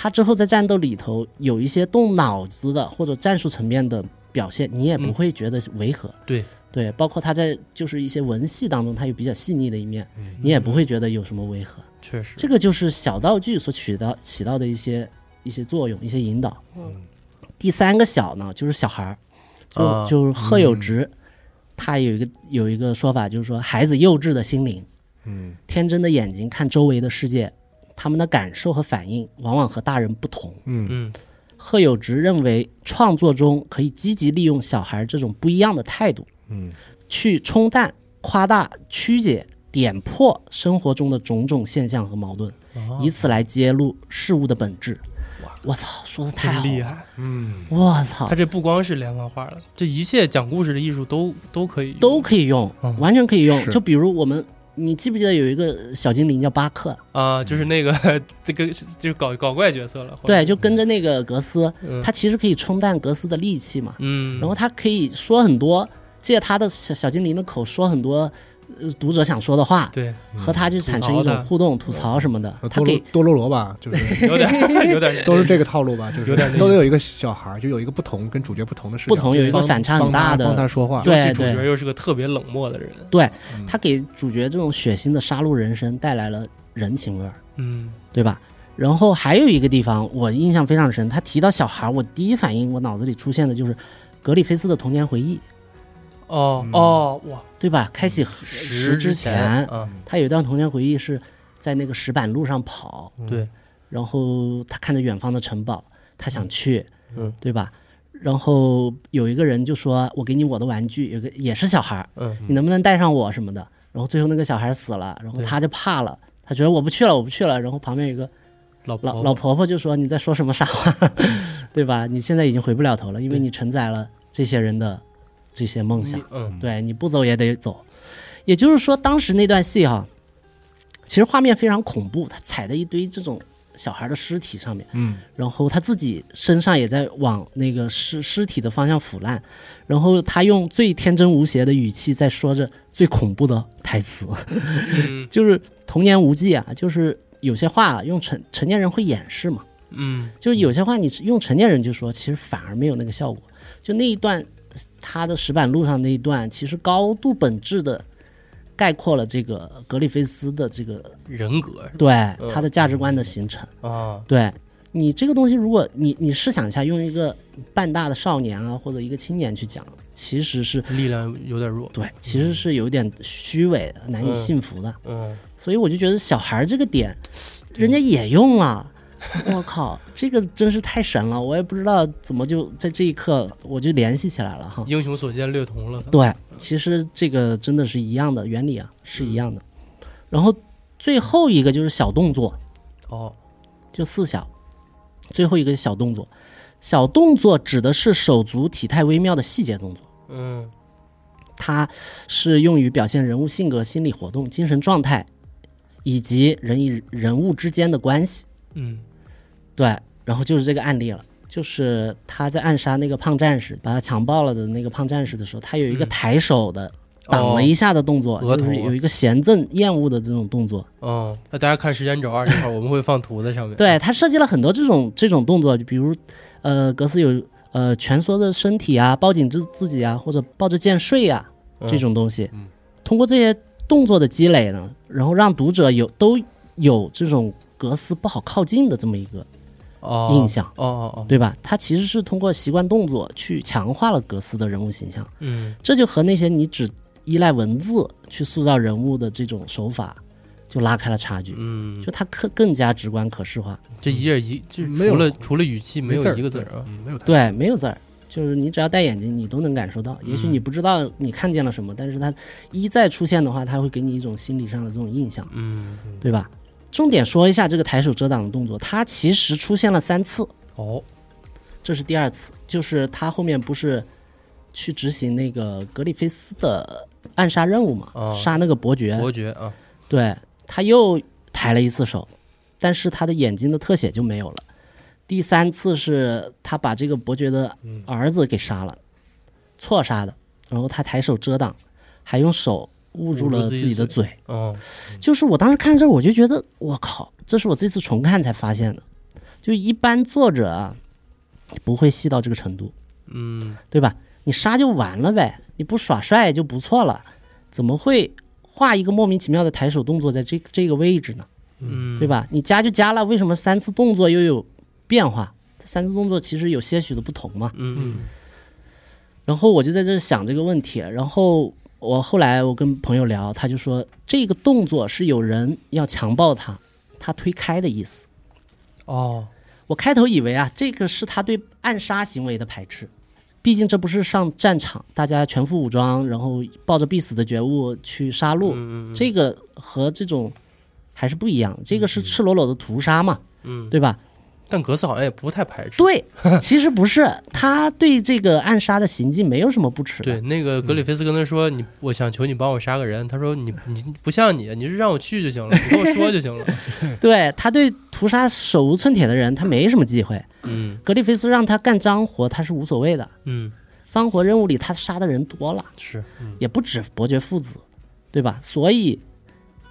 [SPEAKER 3] 他之后在战斗里头有一些动脑子的或者战术层面的表现，你也不会觉得违和。
[SPEAKER 2] 嗯对
[SPEAKER 3] 对，包括他在就是一些文戏当中，他有比较细腻的一面，
[SPEAKER 2] 嗯
[SPEAKER 3] 你也不会觉得有什么违和。
[SPEAKER 2] 确实
[SPEAKER 3] 这个就是小道具所起到起到的一些一些作用、一些引导。第三个小呢，就是小孩儿，就、
[SPEAKER 2] 啊
[SPEAKER 3] 就是贺友直，他有一个有一个说法，就是说孩子幼稚的心灵、
[SPEAKER 1] 嗯
[SPEAKER 3] 天真的眼睛看周围的世界，他们的感受和反应往往和大人不同。
[SPEAKER 1] 嗯
[SPEAKER 2] 嗯
[SPEAKER 3] 贺友直认为，创作中可以积极利用小孩这种不一样的态度，
[SPEAKER 1] 嗯
[SPEAKER 3] 去冲淡、夸大、曲解、点
[SPEAKER 2] 哦
[SPEAKER 3] 破生活中的种种现象和矛盾，以此来揭露事物的本质。
[SPEAKER 1] 哇，
[SPEAKER 3] 我操，说的太
[SPEAKER 2] 真
[SPEAKER 3] 好
[SPEAKER 2] 厉
[SPEAKER 3] 了，
[SPEAKER 2] 害！
[SPEAKER 1] 嗯，
[SPEAKER 3] 我操
[SPEAKER 2] 他，这不光是连环画了，这一切讲故事的艺术都都可以用
[SPEAKER 3] 都可以用，
[SPEAKER 2] 嗯
[SPEAKER 3] 完全可以用。
[SPEAKER 1] 是
[SPEAKER 3] 就比如我们，你记不记得有一个小精灵叫巴克？
[SPEAKER 2] 啊、就是那个这个就是搞搞怪角色了。后来
[SPEAKER 3] 对，就跟着那个格斯，
[SPEAKER 2] 嗯
[SPEAKER 3] 他其实可以冲淡格斯的戾气嘛。
[SPEAKER 2] 嗯，
[SPEAKER 3] 然后他可以说很多，借他的小小精灵的口说很多，呃，读者想说的话，
[SPEAKER 2] 对，
[SPEAKER 1] 嗯
[SPEAKER 3] 和他就产生
[SPEAKER 2] 嗯吐槽
[SPEAKER 3] 一
[SPEAKER 2] 的嗯
[SPEAKER 3] 种互动、吐槽什么
[SPEAKER 1] 呃
[SPEAKER 3] 的。他
[SPEAKER 4] 多
[SPEAKER 3] 给
[SPEAKER 4] 罗多罗罗吧，就是
[SPEAKER 3] (laughs)
[SPEAKER 2] 有点 (laughs) 有点
[SPEAKER 4] 都是这个套路吧，就是
[SPEAKER 2] 有点那
[SPEAKER 4] 都
[SPEAKER 2] 意
[SPEAKER 4] 得
[SPEAKER 2] 思
[SPEAKER 4] 有一个小孩儿，就有一个不同跟主角不同的视角，
[SPEAKER 3] 不同有一个
[SPEAKER 1] 帮
[SPEAKER 3] 反差很
[SPEAKER 1] 帮他
[SPEAKER 3] 大的
[SPEAKER 1] 帮他说话，嗯
[SPEAKER 3] 对
[SPEAKER 2] 尤其主角又是个特别冷漠的人，
[SPEAKER 3] 他给主角这种血腥的杀戮人生带来了人情味儿，
[SPEAKER 2] 嗯，
[SPEAKER 3] 对吧？然后还有一个地方我印象非常深，他提到小孩儿，我第一反应我脑子里出现的就是格里菲斯的童年回忆，
[SPEAKER 2] 哦哦哇，
[SPEAKER 3] 对吧？开启
[SPEAKER 2] 十
[SPEAKER 3] 十之前，
[SPEAKER 2] 啊，
[SPEAKER 3] 他有一段童年回忆是在那个石板路上跑，
[SPEAKER 2] 对，
[SPEAKER 3] 然后他看着远方的城堡，他想去，
[SPEAKER 2] 嗯，
[SPEAKER 3] 对吧？然后有一个人就说：“我给你我的玩具。”有个也是小孩儿，
[SPEAKER 2] 嗯，
[SPEAKER 3] 你能不能带上我什么的？然后最后那个小孩死了，然后
[SPEAKER 2] 对
[SPEAKER 3] 他就怕了，他觉得我不去了，我不去了。然后旁边有一个
[SPEAKER 2] 老婆
[SPEAKER 3] 老老婆婆就说：“你在说什么傻
[SPEAKER 2] (laughs)
[SPEAKER 3] 话，对吧？你现在已经回不了头了，因为
[SPEAKER 2] 对
[SPEAKER 3] 你承载了这些人的这些梦想
[SPEAKER 2] 你。嗯
[SPEAKER 3] 对，你不走也得走。也就是说，当时那段戏哈，其实画面非常恐怖，他踩在一堆这种小孩的尸体上面，
[SPEAKER 1] 嗯，
[SPEAKER 3] 然后他自己身上也在往那个尸尸体的方向腐烂，然后他用最天真无邪的语气在说着最恐怖的台词， (laughs)
[SPEAKER 2] 嗯
[SPEAKER 3] 就是童言无忌啊，就是有些话啊用成成年人会掩饰嘛，
[SPEAKER 2] 嗯
[SPEAKER 3] 就是有些话你用成年人去说，其实反而没有那个效果。就那一段，他的石板路上那一段，其实高度本质的概括了这个格里菲斯的这个
[SPEAKER 2] 人格是吧
[SPEAKER 3] 对他的价值观的形成。
[SPEAKER 2] 啊，
[SPEAKER 3] 对你这个东西，如果你你试想一下，用一个半大的少年啊，或者一个青年去讲，其实是
[SPEAKER 2] 力量有点弱，
[SPEAKER 3] 对，其实是有点虚伪的，难以
[SPEAKER 2] 嗯
[SPEAKER 3] 信服的。
[SPEAKER 2] 嗯，
[SPEAKER 3] 所以我就觉得小孩儿这个点，人家也用了。我靠，这个真是太神了！我也不知道怎么就在这一刻我就联系起来了哈。
[SPEAKER 2] 英雄所见略同了，
[SPEAKER 3] 对，其实这个真的是一样的原理啊，是一样的。然后最后一个就是小动作，
[SPEAKER 2] 哦，
[SPEAKER 3] 就四小，最后一个小动作，小动作指的是手足体态微妙的细节动作。
[SPEAKER 2] 嗯
[SPEAKER 3] 它是用于表现人物性格、心理活动、精神状态，以及人与人物之间的关系。
[SPEAKER 2] 嗯
[SPEAKER 3] 对，然后就是这个案例了，就是他在暗杀那个胖战士，把他强暴了的那个胖战士的时候，他有一个
[SPEAKER 2] 嗯
[SPEAKER 3] 抬手的、挡了一下的动作，
[SPEAKER 2] 额
[SPEAKER 3] 就是
[SPEAKER 2] 头啊
[SPEAKER 3] 有一个嫌憎、厌恶的这种动作。
[SPEAKER 2] 哦，那大家看时间轴啊，一会儿我们会放图在上面，
[SPEAKER 3] 对他设计了很多这种这种动作，就比如，呃，格斯有呃蜷缩的身体啊，抱紧自自己啊，或者抱着剑睡啊，
[SPEAKER 2] 嗯
[SPEAKER 3] 这种东西。通过这些动作的积累呢，然后让读者有都有这种格斯不好靠近的这么一个
[SPEAKER 2] 哦
[SPEAKER 3] 印象，
[SPEAKER 2] 哦哦哦，
[SPEAKER 3] 对吧？他其实是通过习惯动作去强化了格斯的人物形象，
[SPEAKER 2] 嗯
[SPEAKER 3] 这就和那些你只依赖文字去塑造人物的这种手法就拉开了差距，
[SPEAKER 2] 嗯，
[SPEAKER 3] 就它更更加直观可视化。
[SPEAKER 2] 这一页一就
[SPEAKER 1] 没有
[SPEAKER 2] 除了除了语气没有
[SPEAKER 1] 字儿
[SPEAKER 2] 一个字
[SPEAKER 1] 对
[SPEAKER 2] 儿啊，
[SPEAKER 1] 嗯没有太
[SPEAKER 3] 对，没有字儿，就是你只要戴眼睛，你都能感受到。也许你
[SPEAKER 2] 嗯
[SPEAKER 3] 不知道你看见了什么，但是它一再出现的话，它会给你一种心理上的这种印象，
[SPEAKER 2] 嗯
[SPEAKER 3] 对吧？重点说一下这个抬手遮挡的动作，它其实出现了三次，
[SPEAKER 2] 哦
[SPEAKER 3] 这是第二次，就是他后面不是去执行那个格里菲斯的暗杀任务嘛，
[SPEAKER 2] 啊
[SPEAKER 3] 杀那个伯爵，
[SPEAKER 2] 伯爵啊，
[SPEAKER 3] 对，他又抬了一次手，但是他的眼睛的特写就没有了。第三次是他把这个伯爵的儿子给杀了，错杀的，然后他抬手遮挡，还用手捂住
[SPEAKER 2] 捂住
[SPEAKER 3] 了
[SPEAKER 2] 自
[SPEAKER 3] 自
[SPEAKER 2] 己
[SPEAKER 3] 己的
[SPEAKER 2] 嘴
[SPEAKER 3] 嘴。
[SPEAKER 2] 哦
[SPEAKER 3] 就是我当时看这儿，我就觉得我靠，这是我这次重看才发现的。就一般作者啊，不会细到这个程度，
[SPEAKER 2] 嗯
[SPEAKER 3] 对吧？你杀就完了呗，你不耍帅就不错了，怎么会画一个莫名其妙的抬手动作在这这个位置呢？
[SPEAKER 2] 嗯，
[SPEAKER 3] 对吧？你加就加了，为什么三次动作又有变化？三次动作其实有些许的不同嘛。
[SPEAKER 2] 嗯？
[SPEAKER 3] 然后我就在这想这个问题，然后我后来我跟朋友聊，他就说这个动作是有人要强暴他，他推开的意思。
[SPEAKER 2] 嗯哦，
[SPEAKER 3] 我开头以为啊，这个是他对暗杀行为的排斥，毕竟这不是上战场，大家全副武装，然后抱着必死的觉悟去杀戮，
[SPEAKER 2] 嗯嗯
[SPEAKER 3] 这个和这种还是不一样，这个是赤裸裸的屠杀嘛，嗯，对吧？
[SPEAKER 2] 但格斯好像也不太排斥。
[SPEAKER 3] 对，其实不是，他对这个暗杀的行径没有什么不耻的。
[SPEAKER 2] 对，那个格里菲斯跟他说：“你，我想求你帮我杀个人。”他说：“你，你不像你，你是让我去就行了，你跟我说就行了。
[SPEAKER 3] 对他对屠杀手无寸铁的人，他没什么忌讳。”
[SPEAKER 2] 嗯
[SPEAKER 3] 格里菲斯让他干脏活，他是无所谓的。
[SPEAKER 2] 嗯，
[SPEAKER 3] 脏活任务里他杀的人多了，
[SPEAKER 2] 是，嗯
[SPEAKER 3] 也不止伯爵父子，对吧？所以，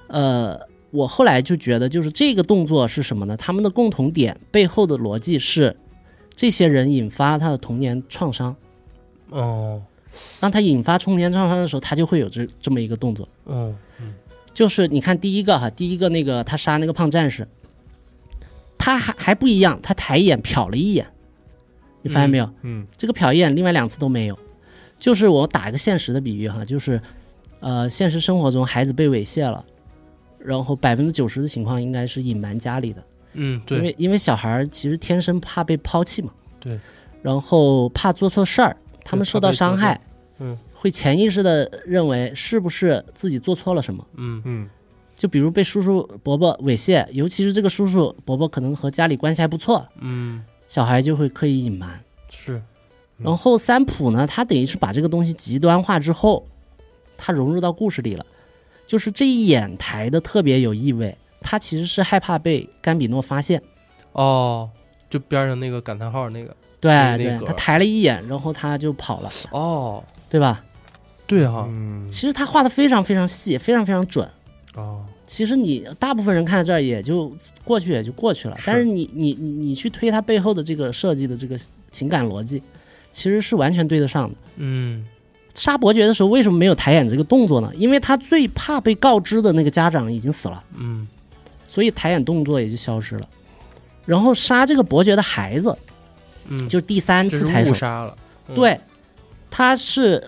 [SPEAKER 3] 呃，我后来就觉得，就是这个动作是什么呢？他们的共同点背后的逻辑是，这些人引发了他的童年创伤，
[SPEAKER 2] 哦
[SPEAKER 3] 让他引发童年创伤的时候，他就会有这这么一个动作。
[SPEAKER 2] 哦，
[SPEAKER 3] 就是你看第一个哈，第一个那个他杀那个胖战士，他还还不一样，他抬眼瞟了一眼，你发现没有？
[SPEAKER 1] 嗯，
[SPEAKER 3] 这个瞟一眼，另外两次都没有。就是我打一个现实的比喻哈，就是，呃，现实生活中孩子被猥亵了，然后百分之九十的情况应该是隐瞒家里的，
[SPEAKER 2] 嗯，
[SPEAKER 3] 因
[SPEAKER 2] 对
[SPEAKER 3] 为因为小孩儿其实天生怕被抛弃嘛，
[SPEAKER 2] 对，
[SPEAKER 3] 然后怕做错事儿，他们
[SPEAKER 2] 对
[SPEAKER 3] 受
[SPEAKER 2] 怕
[SPEAKER 3] 到
[SPEAKER 2] 被责
[SPEAKER 3] 伤
[SPEAKER 2] 备
[SPEAKER 3] 害，
[SPEAKER 2] 嗯，
[SPEAKER 3] 会潜意识的认为是不是自己做错了什么。
[SPEAKER 2] 嗯
[SPEAKER 1] 嗯
[SPEAKER 3] 就比如被叔叔伯伯猥亵，尤其是这个叔叔伯伯可能和家里关系还不错，
[SPEAKER 2] 嗯
[SPEAKER 3] 小孩就会刻意隐瞒。
[SPEAKER 2] 是，嗯
[SPEAKER 3] 然后三浦呢，他等于是把这个东西极端化之后，他融入到故事里了，就是这一眼抬的特别有意味。他其实是害怕被甘比诺发现，
[SPEAKER 2] 哦，就边上那个感叹号那个，
[SPEAKER 3] 对
[SPEAKER 2] 那
[SPEAKER 3] 对
[SPEAKER 2] 个，
[SPEAKER 3] 他抬了一眼，然后他就跑了，
[SPEAKER 2] 哦，
[SPEAKER 3] 对吧？
[SPEAKER 2] 对哈，
[SPEAKER 1] 嗯
[SPEAKER 3] 其实他画的非常非常细，非常非常准。
[SPEAKER 1] 哦，
[SPEAKER 3] 其实你大部分人看到这儿也就过去也就过去了，
[SPEAKER 2] 是
[SPEAKER 3] 但是你你你你去推它背后的这个设计的这个情感逻辑，其实是完全对得上的。
[SPEAKER 2] 嗯
[SPEAKER 3] 杀伯爵的时候为什么没有抬眼这个动作呢？因为他最怕被告知的那个家长已经死了，
[SPEAKER 2] 嗯
[SPEAKER 3] 所以抬眼动作也就消失了。然后杀这个伯爵的孩子，
[SPEAKER 2] 嗯，
[SPEAKER 3] 就第三
[SPEAKER 2] 这是
[SPEAKER 3] 次抬
[SPEAKER 2] 误
[SPEAKER 3] 手，
[SPEAKER 2] 杀了，嗯，
[SPEAKER 3] 对，他是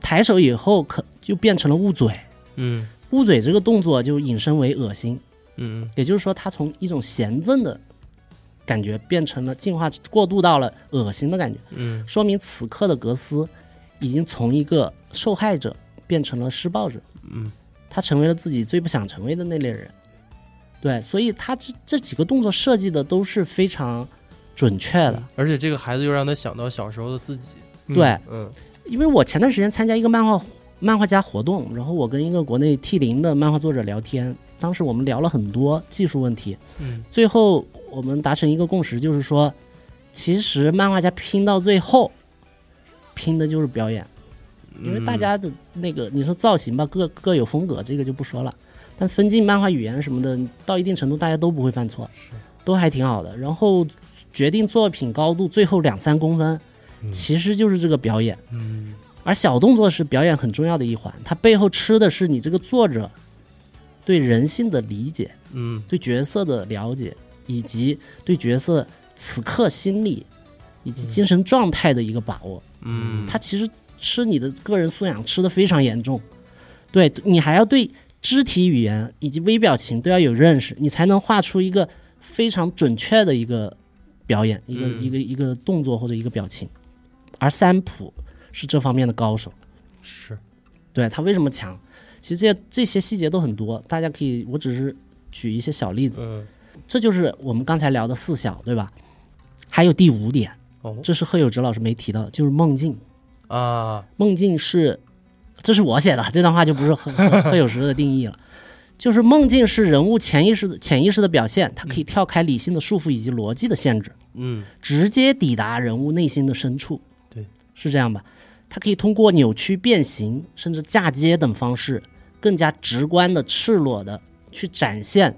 [SPEAKER 3] 抬手以后可就变成了捂嘴，
[SPEAKER 2] 嗯
[SPEAKER 3] 捂嘴这个动作就引申为恶心。
[SPEAKER 2] 嗯
[SPEAKER 3] 也就是说，它从一种贤政的感觉变成了进化过渡到了恶心的感觉，
[SPEAKER 2] 嗯
[SPEAKER 3] 说明此刻的格斯已经从一个受害者变成了施暴者，
[SPEAKER 2] 嗯
[SPEAKER 3] 他成为了自己最不想成为的那类人。对，所以他这这几个动作设计的都是非常准确的。
[SPEAKER 2] 嗯，而且这个孩子又让他想到小时候的自己，
[SPEAKER 3] 对，
[SPEAKER 2] 嗯
[SPEAKER 3] 因为我前段时间参加一个漫画漫画家活动，然后我跟一个国内 T 零的漫画作者聊天，当时我们聊了很多技术问题，
[SPEAKER 2] 嗯
[SPEAKER 3] 最后我们达成一个共识，就是说，其实漫画家拼到最后，拼的就是表演，因为
[SPEAKER 2] 嗯
[SPEAKER 3] 大家的那个你说造型吧，各各有风格，这个就不说了。但分镜、漫画语言什么的，到一定程度大家都不会犯错，都还挺好的。然后决定作品高度最后两三公分，其实就是这个表演。
[SPEAKER 2] 嗯
[SPEAKER 3] 而小动作是表演很重要的一环，它背后吃的是你这个作者对人性的理解。
[SPEAKER 2] 嗯
[SPEAKER 3] 对角色的了解，以及对角色此刻心理以及精神状态的一个把握。
[SPEAKER 2] 嗯，
[SPEAKER 3] 他其实吃你的个人素养吃的非常严重，对你还要对肢体语言以及微表情都要有认识，你才能画出一个非常准确的一个表演，一个、
[SPEAKER 2] 嗯
[SPEAKER 3] 一个一个动作或者一个表情。而三浦是这方面的高手。
[SPEAKER 2] 是，
[SPEAKER 3] 对他为什么强？其实这些这些细节都很多，大家可以，我只是举一些小例子。
[SPEAKER 2] 嗯
[SPEAKER 3] 这就是我们刚才聊的四小，对吧？还有第五点，
[SPEAKER 2] 哦
[SPEAKER 3] 这是贺友哲老师没提到的，就是梦境。
[SPEAKER 2] 啊，
[SPEAKER 3] 梦境是，这是我写的，这段话就不是贺贺贺友哲的定义了。 (laughs) 就是梦境是人物潜意识的潜意识的表现，它可以跳开理性的束缚以及逻辑的限制，
[SPEAKER 2] 嗯
[SPEAKER 3] 直接抵达人物内心的深处。
[SPEAKER 2] 对，
[SPEAKER 3] 是这样吧？它可以通过扭曲、变形，甚至嫁接等方式，更加直观的、赤裸的去展现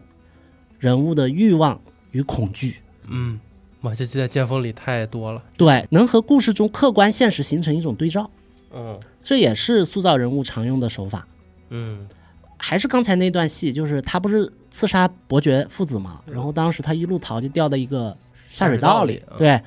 [SPEAKER 3] 人物的欲望与恐惧。
[SPEAKER 2] 嗯，哇，这就在剑锋里太多了，
[SPEAKER 3] 对，能和故事中客观现实形成一种对照，
[SPEAKER 2] 嗯
[SPEAKER 3] 这也是塑造人物常用的手法。
[SPEAKER 2] 嗯
[SPEAKER 3] 还是刚才那段戏，就是他不是刺杀伯爵父子嘛，然后当时他一路逃就掉到一个下水道
[SPEAKER 2] 嗯
[SPEAKER 3] 里，
[SPEAKER 2] 下水道里嗯
[SPEAKER 3] 对，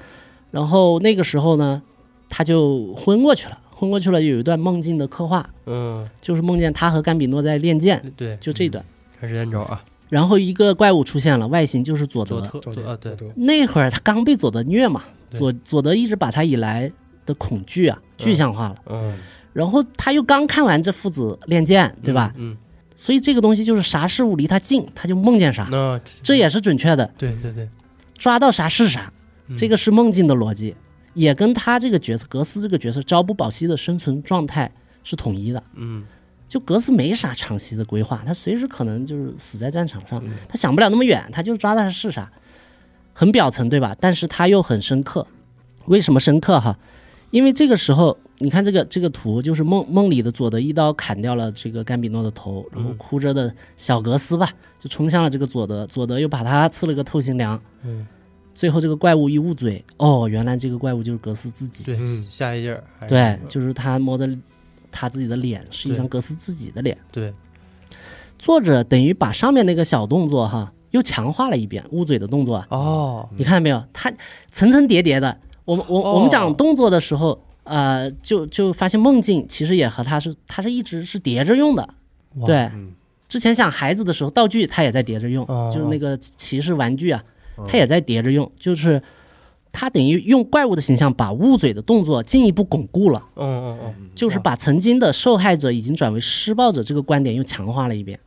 [SPEAKER 3] 然后那个时候呢，他就昏过去了，昏过去了，有一段梦境的刻画，
[SPEAKER 2] 嗯，
[SPEAKER 3] 就是梦见他和甘比诺在练剑，
[SPEAKER 2] 对，
[SPEAKER 3] 就这段，
[SPEAKER 2] 看时间轴啊，
[SPEAKER 3] 然后一个怪物出现了，外形就是佐
[SPEAKER 2] 左
[SPEAKER 3] 德，
[SPEAKER 2] 特左啊对，
[SPEAKER 3] 那会儿他刚被佐德虐嘛，
[SPEAKER 2] 对
[SPEAKER 3] 佐佐德一直把他以来的恐惧啊具象化了。
[SPEAKER 2] 嗯，
[SPEAKER 3] 然后他又刚看完这父子练剑，对吧？
[SPEAKER 2] 嗯？
[SPEAKER 3] 啊所以这个东西就是啥事物离他近，他就梦见啥
[SPEAKER 2] 嗯，，那
[SPEAKER 3] 这也是准确的。
[SPEAKER 2] 对对对，
[SPEAKER 3] 抓到啥是啥，
[SPEAKER 2] 嗯
[SPEAKER 3] 这个是梦境的逻辑，也跟他这个角色格斯这个角色朝不保夕的生存状态是统一的。
[SPEAKER 2] 嗯
[SPEAKER 3] 就格斯没啥长期的规划，他随时可能就是死在战场
[SPEAKER 2] 嗯
[SPEAKER 3] 上，他想不了那么远，他就抓到是啥，很表层对吧？但是他又很深刻，为什么深刻哈？因为这个时候，你看这个这个图，就是梦梦里的佐德一刀砍掉了这个甘比诺的头，然
[SPEAKER 2] 嗯
[SPEAKER 3] 后哭着的小格斯吧，就冲向了这个佐德，佐德又把他刺了个透心凉。
[SPEAKER 2] 嗯，
[SPEAKER 3] 最后这个怪物一捂嘴，哦，原来这个怪物就是格斯自己。
[SPEAKER 2] 对，
[SPEAKER 1] 嗯
[SPEAKER 2] 下一页儿还是
[SPEAKER 3] 对
[SPEAKER 2] 什，么
[SPEAKER 3] 就是他摸着他自己的脸，是一张格斯自己的脸。
[SPEAKER 2] 对，
[SPEAKER 3] 作者等于把上面那个小动作哈又强化了一遍，捂嘴的动作啊，
[SPEAKER 2] 哦，
[SPEAKER 3] 你看到没有？它层层叠叠的。我们我
[SPEAKER 2] 哦
[SPEAKER 3] 我们讲动作的时候，呃，就就发现梦境其实也和它是它是一直是叠着用的，
[SPEAKER 2] 哇
[SPEAKER 3] 对
[SPEAKER 1] 嗯。
[SPEAKER 3] 之前想孩子的时候，道具它也在叠着用，
[SPEAKER 2] 哦嗯
[SPEAKER 3] 就是那个骑士玩具啊，
[SPEAKER 1] 哦
[SPEAKER 3] 它也在叠着用，就是它等于用怪物的形象把捂嘴的动作进一步巩固了。
[SPEAKER 2] 嗯嗯嗯，
[SPEAKER 3] 就是把曾经的受害者已经转为施暴者这个观点又强化了一遍。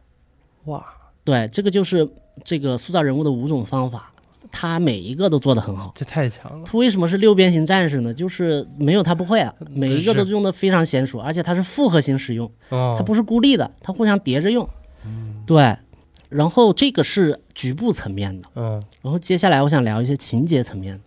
[SPEAKER 2] 哇，
[SPEAKER 3] 对，这个就是这个塑造人物的五种方法，他每一个都做得很好。
[SPEAKER 2] 这太强了，
[SPEAKER 3] 他为什么是六边形战士呢？就是没有他不会啊，每一个
[SPEAKER 2] 呃是
[SPEAKER 3] 都用得非常娴熟，而且它是复合型使用，
[SPEAKER 2] 哦
[SPEAKER 3] 它，不是孤立的，它互相叠着用。对，然后这个是局部层面的，
[SPEAKER 2] 嗯
[SPEAKER 3] 然后接下来我想聊一些情节层面的。